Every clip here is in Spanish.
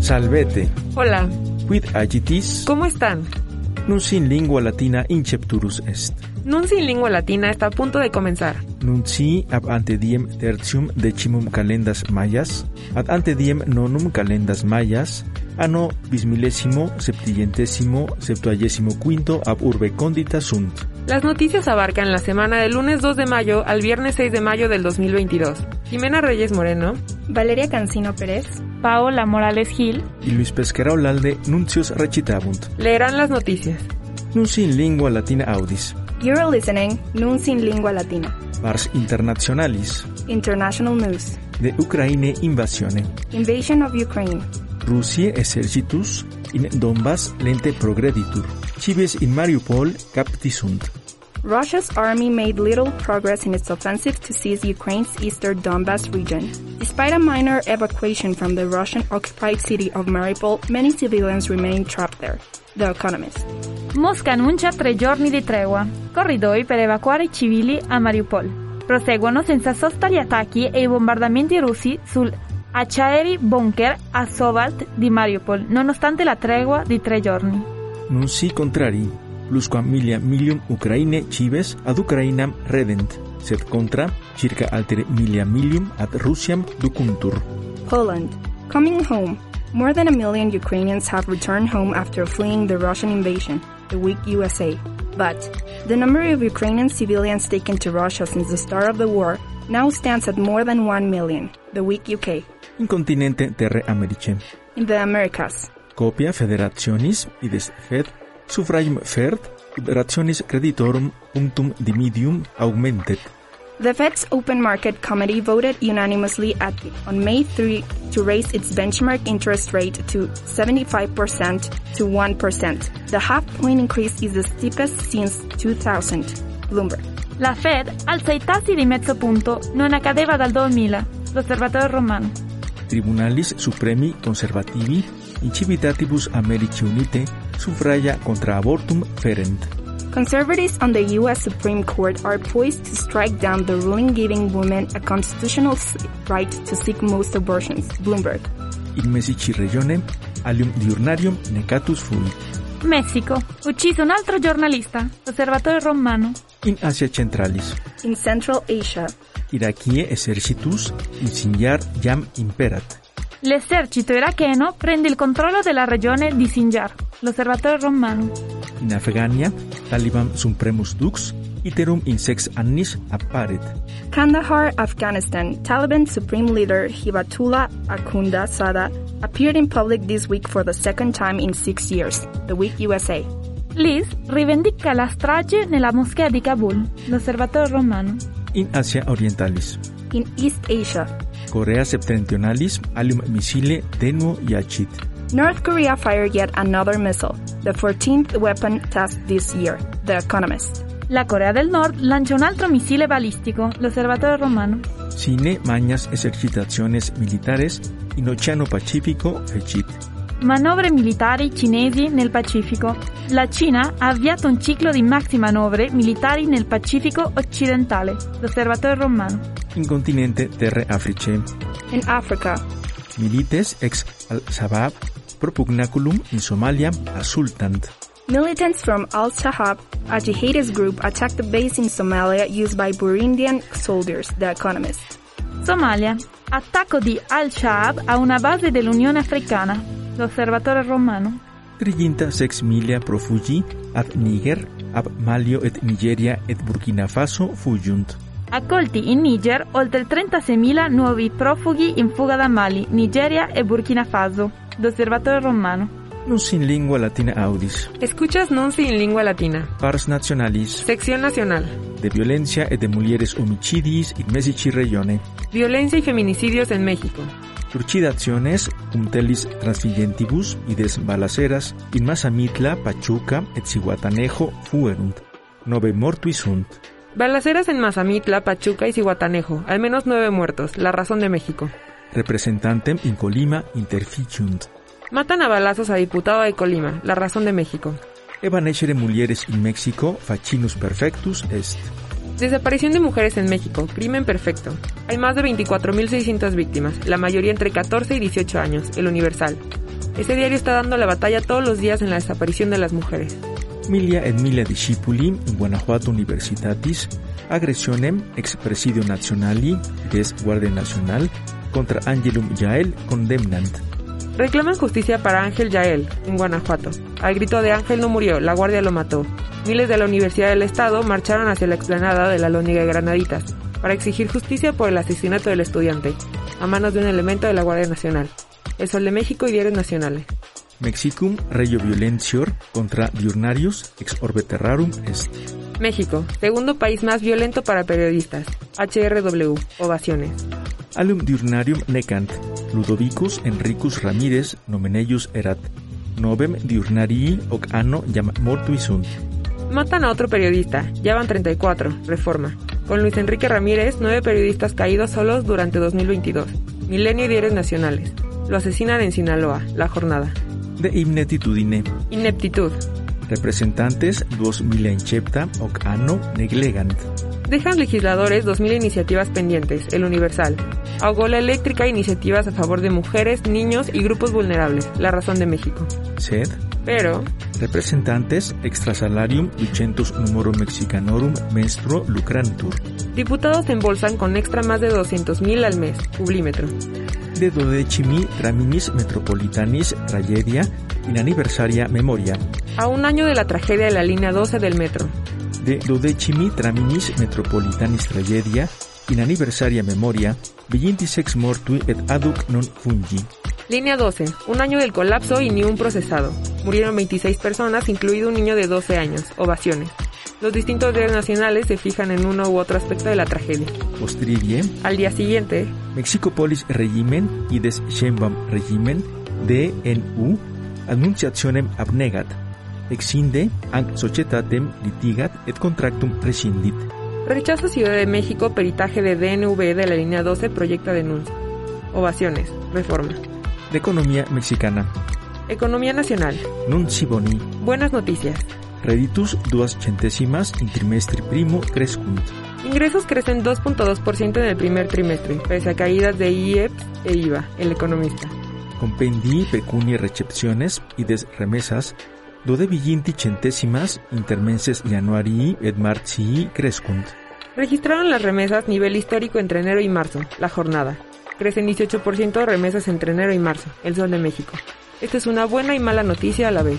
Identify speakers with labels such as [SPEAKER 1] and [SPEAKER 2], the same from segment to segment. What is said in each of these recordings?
[SPEAKER 1] Salvete,
[SPEAKER 2] Hola,
[SPEAKER 1] quid agitis,
[SPEAKER 2] ¿cómo están?
[SPEAKER 1] Nunci in Lingua Latina incepturus est.
[SPEAKER 2] Nunci in Lingua Latina está a punto de comenzar.
[SPEAKER 1] Nunci ab ante diem tertium decimum calendas mayas, ad ante diem nonum calendas mayas, anno bismillesimo septillentesimo septuagesimo quinto ab urbe condita sunt.
[SPEAKER 2] Las noticias abarcan la semana del lunes 2 de mayo al viernes 6 de mayo del 2022. Jimena Reyes Moreno,
[SPEAKER 3] Valeria Cancino Pérez,
[SPEAKER 4] Paola Morales Gil,
[SPEAKER 1] y Luis Pesquera Olalde nuncios recitabunt.
[SPEAKER 2] leerán las noticias.
[SPEAKER 1] Nunci in lingua latina audis,
[SPEAKER 3] You're listening Nuns in Lingua Latina,
[SPEAKER 1] pars internationalis,
[SPEAKER 3] International News,
[SPEAKER 1] de Ucraine invasione,
[SPEAKER 3] Invasion of Ukraine,
[SPEAKER 1] Russie exercitus in Donbass lente progreditur, cives in Mariupol capti sunt.
[SPEAKER 3] Russia's army made little progress in its offensive to seize Ukraine's eastern Donbass region. Despite a minor evacuation from the Russian-occupied city of Mariupol, many civilians remain trapped there. The Economist.
[SPEAKER 4] Mosca annuncia tre giorni di tregua, corridoi per evacuare i civili a Mariupol. Proseguono senza sosta gli attacchi e i bombardamenti russi sul Achaeri Bunker a Sovalt di Mariupol, nonostante la tregua di tre giorni.
[SPEAKER 1] Nun si contrari, plusquam milia milium Ucraine cives ad Ucrainam redent, sed contra circa altere milia milium ad Rusiam ducuntur.
[SPEAKER 3] Poland. Coming home. More than a million Ukrainians have returned home after fleeing the Russian invasion, the week USA. But the number of Ukrainian civilians taken to Russia since the start of the war now stands at more than 1 million, the week UK.
[SPEAKER 1] Incontinente terre americem.
[SPEAKER 3] In the Americas,
[SPEAKER 1] copia federationis ides fed suffragium fert ut rationis creditorum punctum dimidium augmentet
[SPEAKER 3] the Fed's open market committee voted unanimously at, on May 3 to raise its benchmark interest rate to 75% to 1%. The half point increase is the steepest since 2000. Bloomberg.
[SPEAKER 4] La Fed alza i tassi di mezzo punto, non accadeva dal 2000, l'osservatore romano.
[SPEAKER 1] tribunalis supremi conservativi in civitatibus Americi unite suffragia contra abortum ferent
[SPEAKER 3] Conservatives on the U.S. Supreme Court are poised to strike down the ruling giving women a constitutional s- right to seek most abortions. Bloomberg.
[SPEAKER 1] in mesici regione alium diurnarium necatus fuit
[SPEAKER 4] Messico, ucciso un altro giornalista, l'osservatore romano.
[SPEAKER 1] in Asia centralis
[SPEAKER 3] In Central Asia,
[SPEAKER 1] Iracie exercitus insigniar jam imperat
[SPEAKER 4] L'esercito iracheno prende il controllo della regione di Sinjar, l'osservatore romano.
[SPEAKER 1] in Afgania Taliban supremus dux iterum in sex annis apparet
[SPEAKER 3] Kandahar, Afghanistan, Taliban Supreme Leader Hibatullah Akunda Sada appeared in public this week for the second time in six years, the week USA.
[SPEAKER 4] Liz rivendica la strage nella moschea di Kabul, l'osservatore romano.
[SPEAKER 1] in Asia orientalis
[SPEAKER 3] In East Asia,
[SPEAKER 1] Corea septentrionalis alium missile denuo iacit.
[SPEAKER 3] North Korea fired yet another missile, the 14th weapon test this year, The Economist.
[SPEAKER 4] La Corea del Nord lancia un altro missile balistico, l'osservatore romano.
[SPEAKER 1] Sine mañas esercitaciones militares in Oceano Pacifico fecit.
[SPEAKER 4] Manovre militari cinesi nel Pacifico. La Cina ha avviato un ciclo di maxi manovre militari nel Pacifico occidentale, l'osservatore romano.
[SPEAKER 1] In continente terre africe.
[SPEAKER 3] In Africa,
[SPEAKER 1] Milites ex al-Shabaab propugnaculum in Somalia assultant.
[SPEAKER 3] Militants from Al Shahab, a jihadist group, attacked a base in Somalia used by Burundian soldiers, The Economist.
[SPEAKER 4] Somalia. Attacco di Al-Shabaab a una base dell'Unione Africana, l'osservatore romano.
[SPEAKER 1] triginta sex milia profugi ad Niger, ab Malio et Nigeria et Burkina Faso fugiunt.
[SPEAKER 4] Accolti in Niger oltre 36.000 nuovi profughi in fuga da Mali, Nigeria e Burkina Faso, d'osservatore romano.
[SPEAKER 1] Nus in lingua latina audis,
[SPEAKER 2] Escuchas Nonsi en lengua latina.
[SPEAKER 1] pars nationalis,
[SPEAKER 2] Sección nacional.
[SPEAKER 1] de violencia et de mulieres homicidis in mesici regione,
[SPEAKER 2] Violencia y feminicidios en México.
[SPEAKER 1] surcidaciones, cum telis transfigentibus, ides balaceras, in Mazamitla, Pachuca, et Cihuatanejo fuerunt, nove mortuis sunt.
[SPEAKER 2] Balaceras en Mazamitla, Pachuca y Cihuatanejo. Al menos nueve muertos. La razón de México.
[SPEAKER 1] representantem in Colima interficiunt.
[SPEAKER 2] Matan a balazos a diputado de Colima. La razón de México.
[SPEAKER 1] Evanescere mulieres in Mexico facinus perfectus est.
[SPEAKER 2] Desaparición de mujeres en México. Crimen perfecto. Hay más de 24.600 víctimas, la mayoría entre 14 y 18 años, el Universal. Este diario está dando la batalla todos los días en la desaparición de las mujeres.
[SPEAKER 1] Milia et milia discipuli in Guanajuato Universitatis aggressionem ex presidio nationali des Guardia Nacional contra Angelum Yael condemnant.
[SPEAKER 2] Reclaman justicia para Ángel Yael, en Guanajuato. Al grito de Ángel no murió, la guardia lo mató. Miles de la Universidad del Estado marcharon hacia la explanada de la Lóniga de Granaditas para exigir justicia por el asesinato del estudiante, a manos de un elemento de la Guardia Nacional. El Sol de México y Diarios Nacionales.
[SPEAKER 1] Mexicum regio violentior contra diurnarius ex orbe terrarum est.
[SPEAKER 2] México, segundo país más violento para periodistas. HRW, ovaciones.
[SPEAKER 1] Alum diurnarium necant, Ludovicus Enricus Ramírez nomeneius erat. Novem diurnarii hoc anno jam mortuis sunt.
[SPEAKER 2] Matan a otro periodista, ya van 34, reforma. Con Luis Enrique Ramírez, nueve periodistas caídos solos durante 2022. Milenio y diarios nacionales. Lo asesinan en Sinaloa, la jornada.
[SPEAKER 1] De imnetitudine,
[SPEAKER 2] Ineptitud.
[SPEAKER 1] representantes duos milia incepta hoc anno neglegant.
[SPEAKER 2] Dejan legisladores 2.000 iniciativas pendientes, el Universal. Ahogó la eléctrica iniciativas a favor de mujeres, niños y grupos vulnerables, la razón de México.
[SPEAKER 1] Sed,
[SPEAKER 2] Pero,
[SPEAKER 1] representantes extrasalarium ducentus numorum mexicanorum menstruo lucrantur.
[SPEAKER 2] diputados embolsan con extra más de 200.000 al mes, publímetro.
[SPEAKER 1] De dodecimi traminis metropolitanis tragedia in anniversaria memoria.
[SPEAKER 2] A un año de la tragedia de la línea 12 del metro.
[SPEAKER 1] de Dodecimi Traminis Metropolitanis Tragedia, in anniversaria memoria, vigintis ex mortui et aduc non fungi.
[SPEAKER 2] Línea 12. Un año del colapso y ni un procesado. Murieron 26 personas, incluido un niño de 12 años. Ovaciones. Los distintos diarios nacionales se fijan en uno u otro aspecto de la tragedia.
[SPEAKER 1] Postrivie,
[SPEAKER 2] Al día siguiente,
[SPEAKER 1] Mexicopolis Regimen ides Sheinbaum Regimen, DNU, annunciationem abnegat, exinde an societatem litigat et contractum rescindit.
[SPEAKER 2] rechaza Ciudad de México peritaje de DNV de la línea 12 proyecta denuncia. Ovaciones. Reforma.
[SPEAKER 1] De economía mexicana,
[SPEAKER 2] Economía nacional.
[SPEAKER 1] non si boni,
[SPEAKER 2] Buenas noticias.
[SPEAKER 1] reditus duas centesimas in trimestri primo crescunt.
[SPEAKER 2] Ingresos crecen 2.2% en el primer trimestre, pese a caídas de IEPS e IVA, el economista.
[SPEAKER 1] compendii pecunie recepciones ides remesas, dode viginti centésimas intermenses januarii et martii crescunt.
[SPEAKER 2] Registraron las remesas nivel histórico entre enero y marzo, la jornada. Crecen 18% remesas entre enero y marzo, el Sol de México. Esta es una buena y mala noticia a la vez.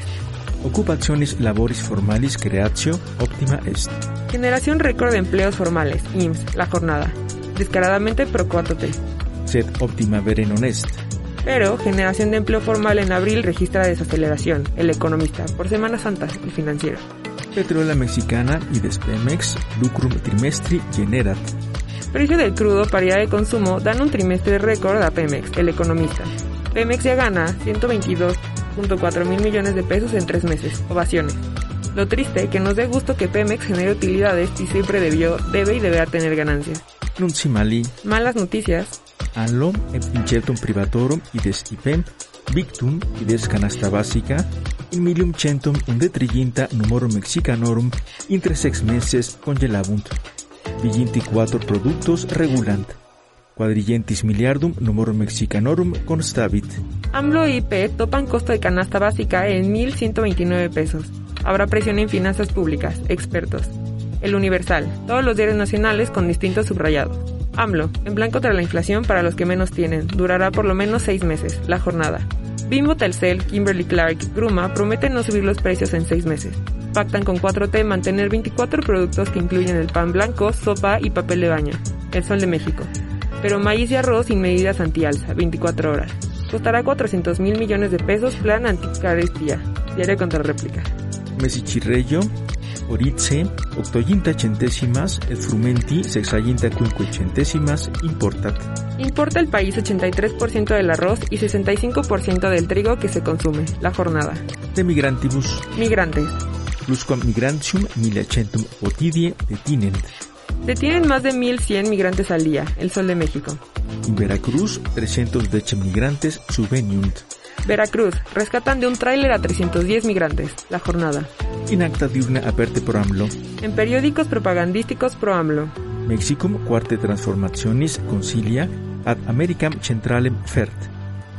[SPEAKER 1] Occupationis laboris formalis creatio optima est.
[SPEAKER 2] Generación récord de empleos formales, IMSS, la jornada. Descaradamente pro 4T.
[SPEAKER 1] Sed optima vere non est.
[SPEAKER 2] Pero generación de empleo formal en abril registra desaceleración, el economista, por Semana Santa, el financiero.
[SPEAKER 1] Petrola mexicana ides Pemex lucrum trimestri generat.
[SPEAKER 2] Precio del crudo, paridad de consumo dan un trimestre récord a Pemex, el economista. Pemex ya gana 122.4 mil millones de pesos en tres meses. Ovaciones. Lo triste, que nos dé gusto que Pemex genere utilidades y siempre debió, debe y deberá tener ganancias.
[SPEAKER 1] Nun si mali
[SPEAKER 2] Malas noticias.
[SPEAKER 1] allo et incertum privatorum ides IPEM victum ides canasta basica in milium centum undetriginta numorum mexicanorum intre sex meses congelabunt. Viginti quator productos regulant. Quadrigentis miliardum numorum mexicanorum constabit.
[SPEAKER 2] AMLO y IP topan costo de canasta básica en 1.129 pesos. Habrá presión en finanzas públicas, expertos. El Universal, todos los diarios nacionales con distintos subrayados. AMLO, en blanco contra la inflación para los que menos tienen, durará por lo menos seis meses, la jornada. Bimbo Telcel, Kimberly Clark y Gruma prometen no subir los precios en seis meses. Pactan con 4T mantener 24 productos que incluyen el pan blanco, sopa y papel de baño. El Sol de México. Pero maíz y arroz sin medidas anti-alza, 24 horas. Costará 400 mil millones de pesos plan anticarestía. Diario contra réplica.
[SPEAKER 1] Messi Chirreyo, Orice, octoginta centésimas, el frumenti, sexaginta quinquecentesimas, importat.
[SPEAKER 2] Importa el país 83% del arroz y 65% del trigo que se consume. La jornada.
[SPEAKER 1] De migrantibus,
[SPEAKER 2] Migrantes.
[SPEAKER 1] plusquam migrantium miliacentum otidie detinent.
[SPEAKER 2] Detienen más de 1.100 migrantes al día. El Sol de México.
[SPEAKER 1] In Veracruz, 310 migrantes subveniunt.
[SPEAKER 2] Veracruz. Rescatan de un tráiler a 310 migrantes. La jornada.
[SPEAKER 1] In acta diurna aperte pro AMLO,
[SPEAKER 2] En periódicos propagandísticos pro AMLO.
[SPEAKER 1] Mexicum quarte transformationis concilia ad Americam centralem fert.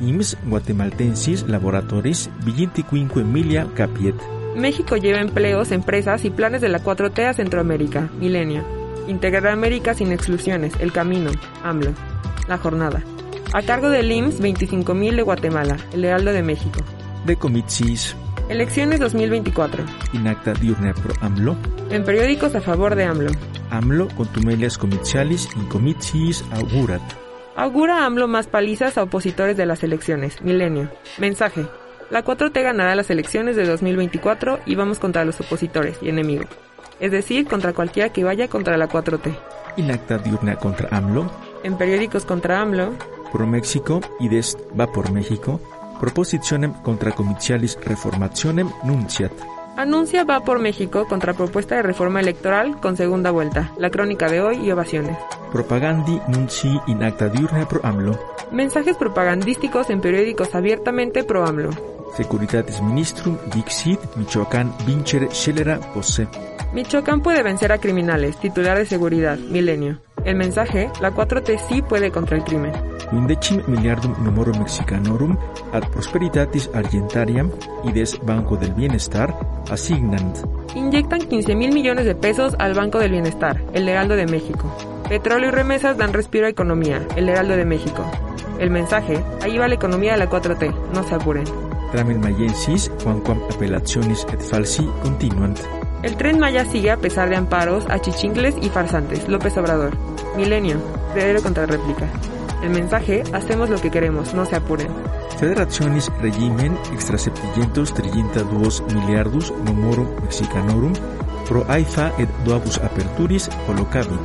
[SPEAKER 1] IMS guatemaltensis laboratoris vigintiquinque milia capiet.
[SPEAKER 2] México lleva empleos, empresas y planes de la 4T a Centroamérica. Milenio. Integrar América sin exclusiones. El camino. AMLO. La jornada. A cargo del IMSS 25.000 de Guatemala. El Heraldo de México.
[SPEAKER 1] Recomitsis
[SPEAKER 2] Elecciones 2024.
[SPEAKER 1] in acta diurna pro AMLO,
[SPEAKER 2] En periódicos a favor de AMLO.
[SPEAKER 1] AMLO contumelias comitialis in comitiis augurat.
[SPEAKER 2] Augura AMLO más palizas a opositores de las elecciones. Milenio. Mensaje. La 4T ganará las elecciones de 2024 y vamos contra los opositores y enemigos. Es decir, contra cualquiera que vaya contra la 4T.
[SPEAKER 1] In acta diurna contra AMLO,
[SPEAKER 2] En periódicos contra AMLO.
[SPEAKER 1] pro México idest va por México, propositionem contra comitialis reformationem nunciat.
[SPEAKER 2] Anuncia va por México contra propuesta de reforma electoral con segunda vuelta. La crónica de hoy y ovaciones.
[SPEAKER 1] Propagandi nunci in acta diurna pro AMLO.
[SPEAKER 2] Mensajes propagandísticos en periódicos abiertamente pro AMLO.
[SPEAKER 1] Securitatis ministrum dixit Michoacán vincere scellera posse.
[SPEAKER 2] Michoacán puede vencer a criminales, titular de seguridad, Milenio. El mensaje, la 4T sí puede contra el crimen.
[SPEAKER 1] Quindecim miliardum numorum mexicanorum ad prosperitatis argentariam ides Banco del Bienestar assignant.
[SPEAKER 2] Inyectan 15 mil millones de pesos al Banco del Bienestar, el Heraldo de México. Petróleo y remesas dan respiro a economía, el Heraldo de México. El mensaje, ahí va la economía de la 4T, no se apuren.
[SPEAKER 1] Tramen maiensis quamquam appellationis et falsi continuant.
[SPEAKER 2] El tren Maya sigue a pesar de amparos, achichingles y farsantes, López Obrador. Milenio, Cedero contra réplica. El mensaje, hacemos lo que queremos, no se apuren.
[SPEAKER 1] Federationis regimen extra septigentos triginta duos miliardus numorum mexicanorum pro AIFA et doabus aperturis collocabit.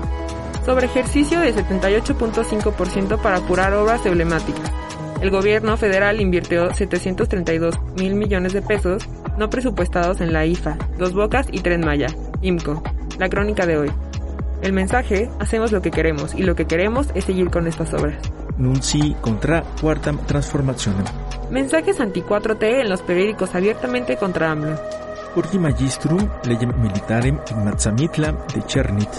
[SPEAKER 2] sobre ejercicio de 78.5% para apurar obras emblemáticas. El gobierno federal invirtió 732 mil millones de pesos no presupuestados en la IFA, Dos Bocas y Tren Maya, IMCO, la crónica de hoy. El mensaje, hacemos lo que queremos y lo que queremos es seguir con estas obras.
[SPEAKER 1] Nunci contra quartam transformationem.
[SPEAKER 2] Mensajes anti-4T en los periódicos abiertamente contra AMLO.
[SPEAKER 1] Urgi magistrum legem militarem in Matzamitla de Chernit.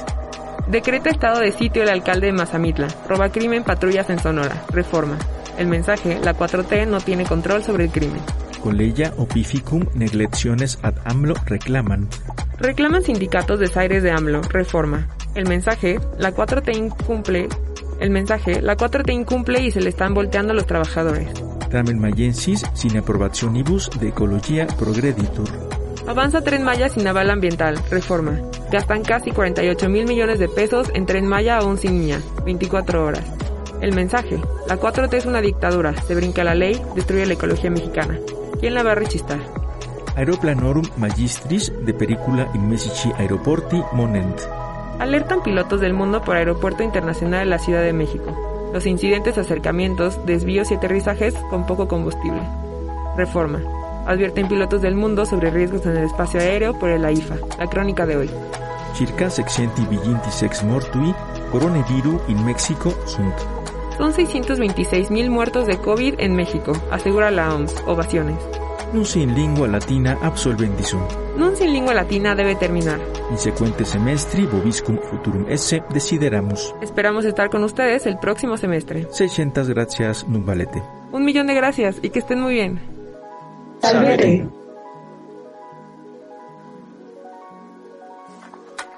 [SPEAKER 2] Decreta estado de sitio el alcalde de Mazamitla. Roba crimen patrullas en Sonora. Reforma. El mensaje, la 4T no tiene control sobre el crimen.
[SPEAKER 1] Colegia opificum neglecciones ad AMLO reclaman.
[SPEAKER 2] Reclaman sindicatos desaires de AMLO, reforma. El mensaje, la 4T incumple. El mensaje, la 4T incumple y se le están volteando a los trabajadores.
[SPEAKER 1] Tramen maiensis sin approbationibus de ecologia progreditur.
[SPEAKER 2] Avanza Tren Maya sin aval ambiental, reforma. Gastan casi 48 mil millones de pesos en Tren Maya aún sin niña, 24 horas. El mensaje, la 4T es una dictadura, se brinca la ley, destruye la ecología mexicana. ¿Quién la va a rechistar?
[SPEAKER 1] Aeroplanorum magistris de pericula in Messici aeroporti monent.
[SPEAKER 2] Alertan pilotos del mundo por Aeropuerto Internacional de la Ciudad de México. Los incidentes, acercamientos, desvíos y aterrizajes con poco combustible. Reforma. Advierten pilotos del mundo sobre riesgos en el espacio aéreo por el AIFA. La crónica de hoy.
[SPEAKER 1] Circa sexcenti vigintis ex mortui coronaviru in Mexico sunt.
[SPEAKER 2] Son 626.000 muertos de COVID en México, asegura la OMS. Ovaciones.
[SPEAKER 1] Nunci in lingua latina absolvendi sunt.
[SPEAKER 2] Nuncia en lengua latina debe terminar.
[SPEAKER 1] In sequente semestri vobiscum futurum esse desideramus.
[SPEAKER 2] Esperamos estar con ustedes el próximo semestre.
[SPEAKER 1] 600 gracias, nun valete.
[SPEAKER 2] Un millón de gracias y que estén muy bien.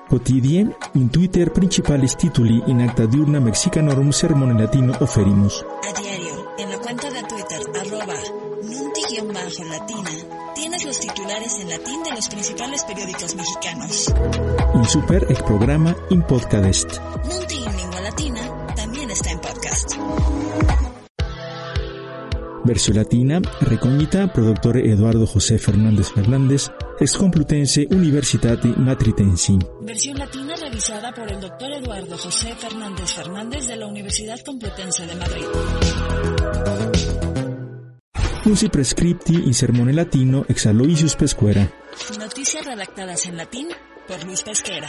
[SPEAKER 1] Potidie, in Twitter principales tituli in acta diurna mexicanorum sermone latino oferimus.
[SPEAKER 5] A diario, en la cuenta de Twitter, arroba, Nunti bajo latina, tienes los titulares en latín de los principales periódicos mexicanos.
[SPEAKER 1] In Super el programa In Podcast.
[SPEAKER 5] Nunti en lengua latina también está en podcast.
[SPEAKER 1] Verso Latina, recognita produttore Eduardo José Fernández Fernández, ex Complutense Universitati Matritensi.
[SPEAKER 5] Versión latina revisada por el doctor Eduardo José Fernández Fernández de la Universidad Complutense de Madrid.
[SPEAKER 1] Usi prescripti in sermone latino ex Aloysius Pesquera.
[SPEAKER 5] Noticias redactadas en latín por Luis Pesquera.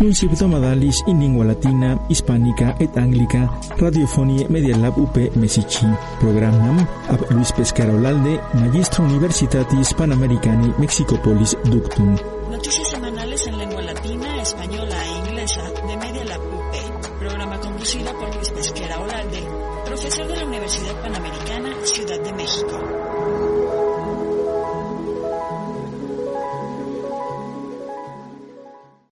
[SPEAKER 1] Nunci hebdomadalis in lingua latina, hispánica et anglica, radiofonie Medialab UP Mesici. Programmam ab Luis Pescara Olalde, Magistro Universitatis Panamericani Mexicopolis Ductum.
[SPEAKER 5] Noticias en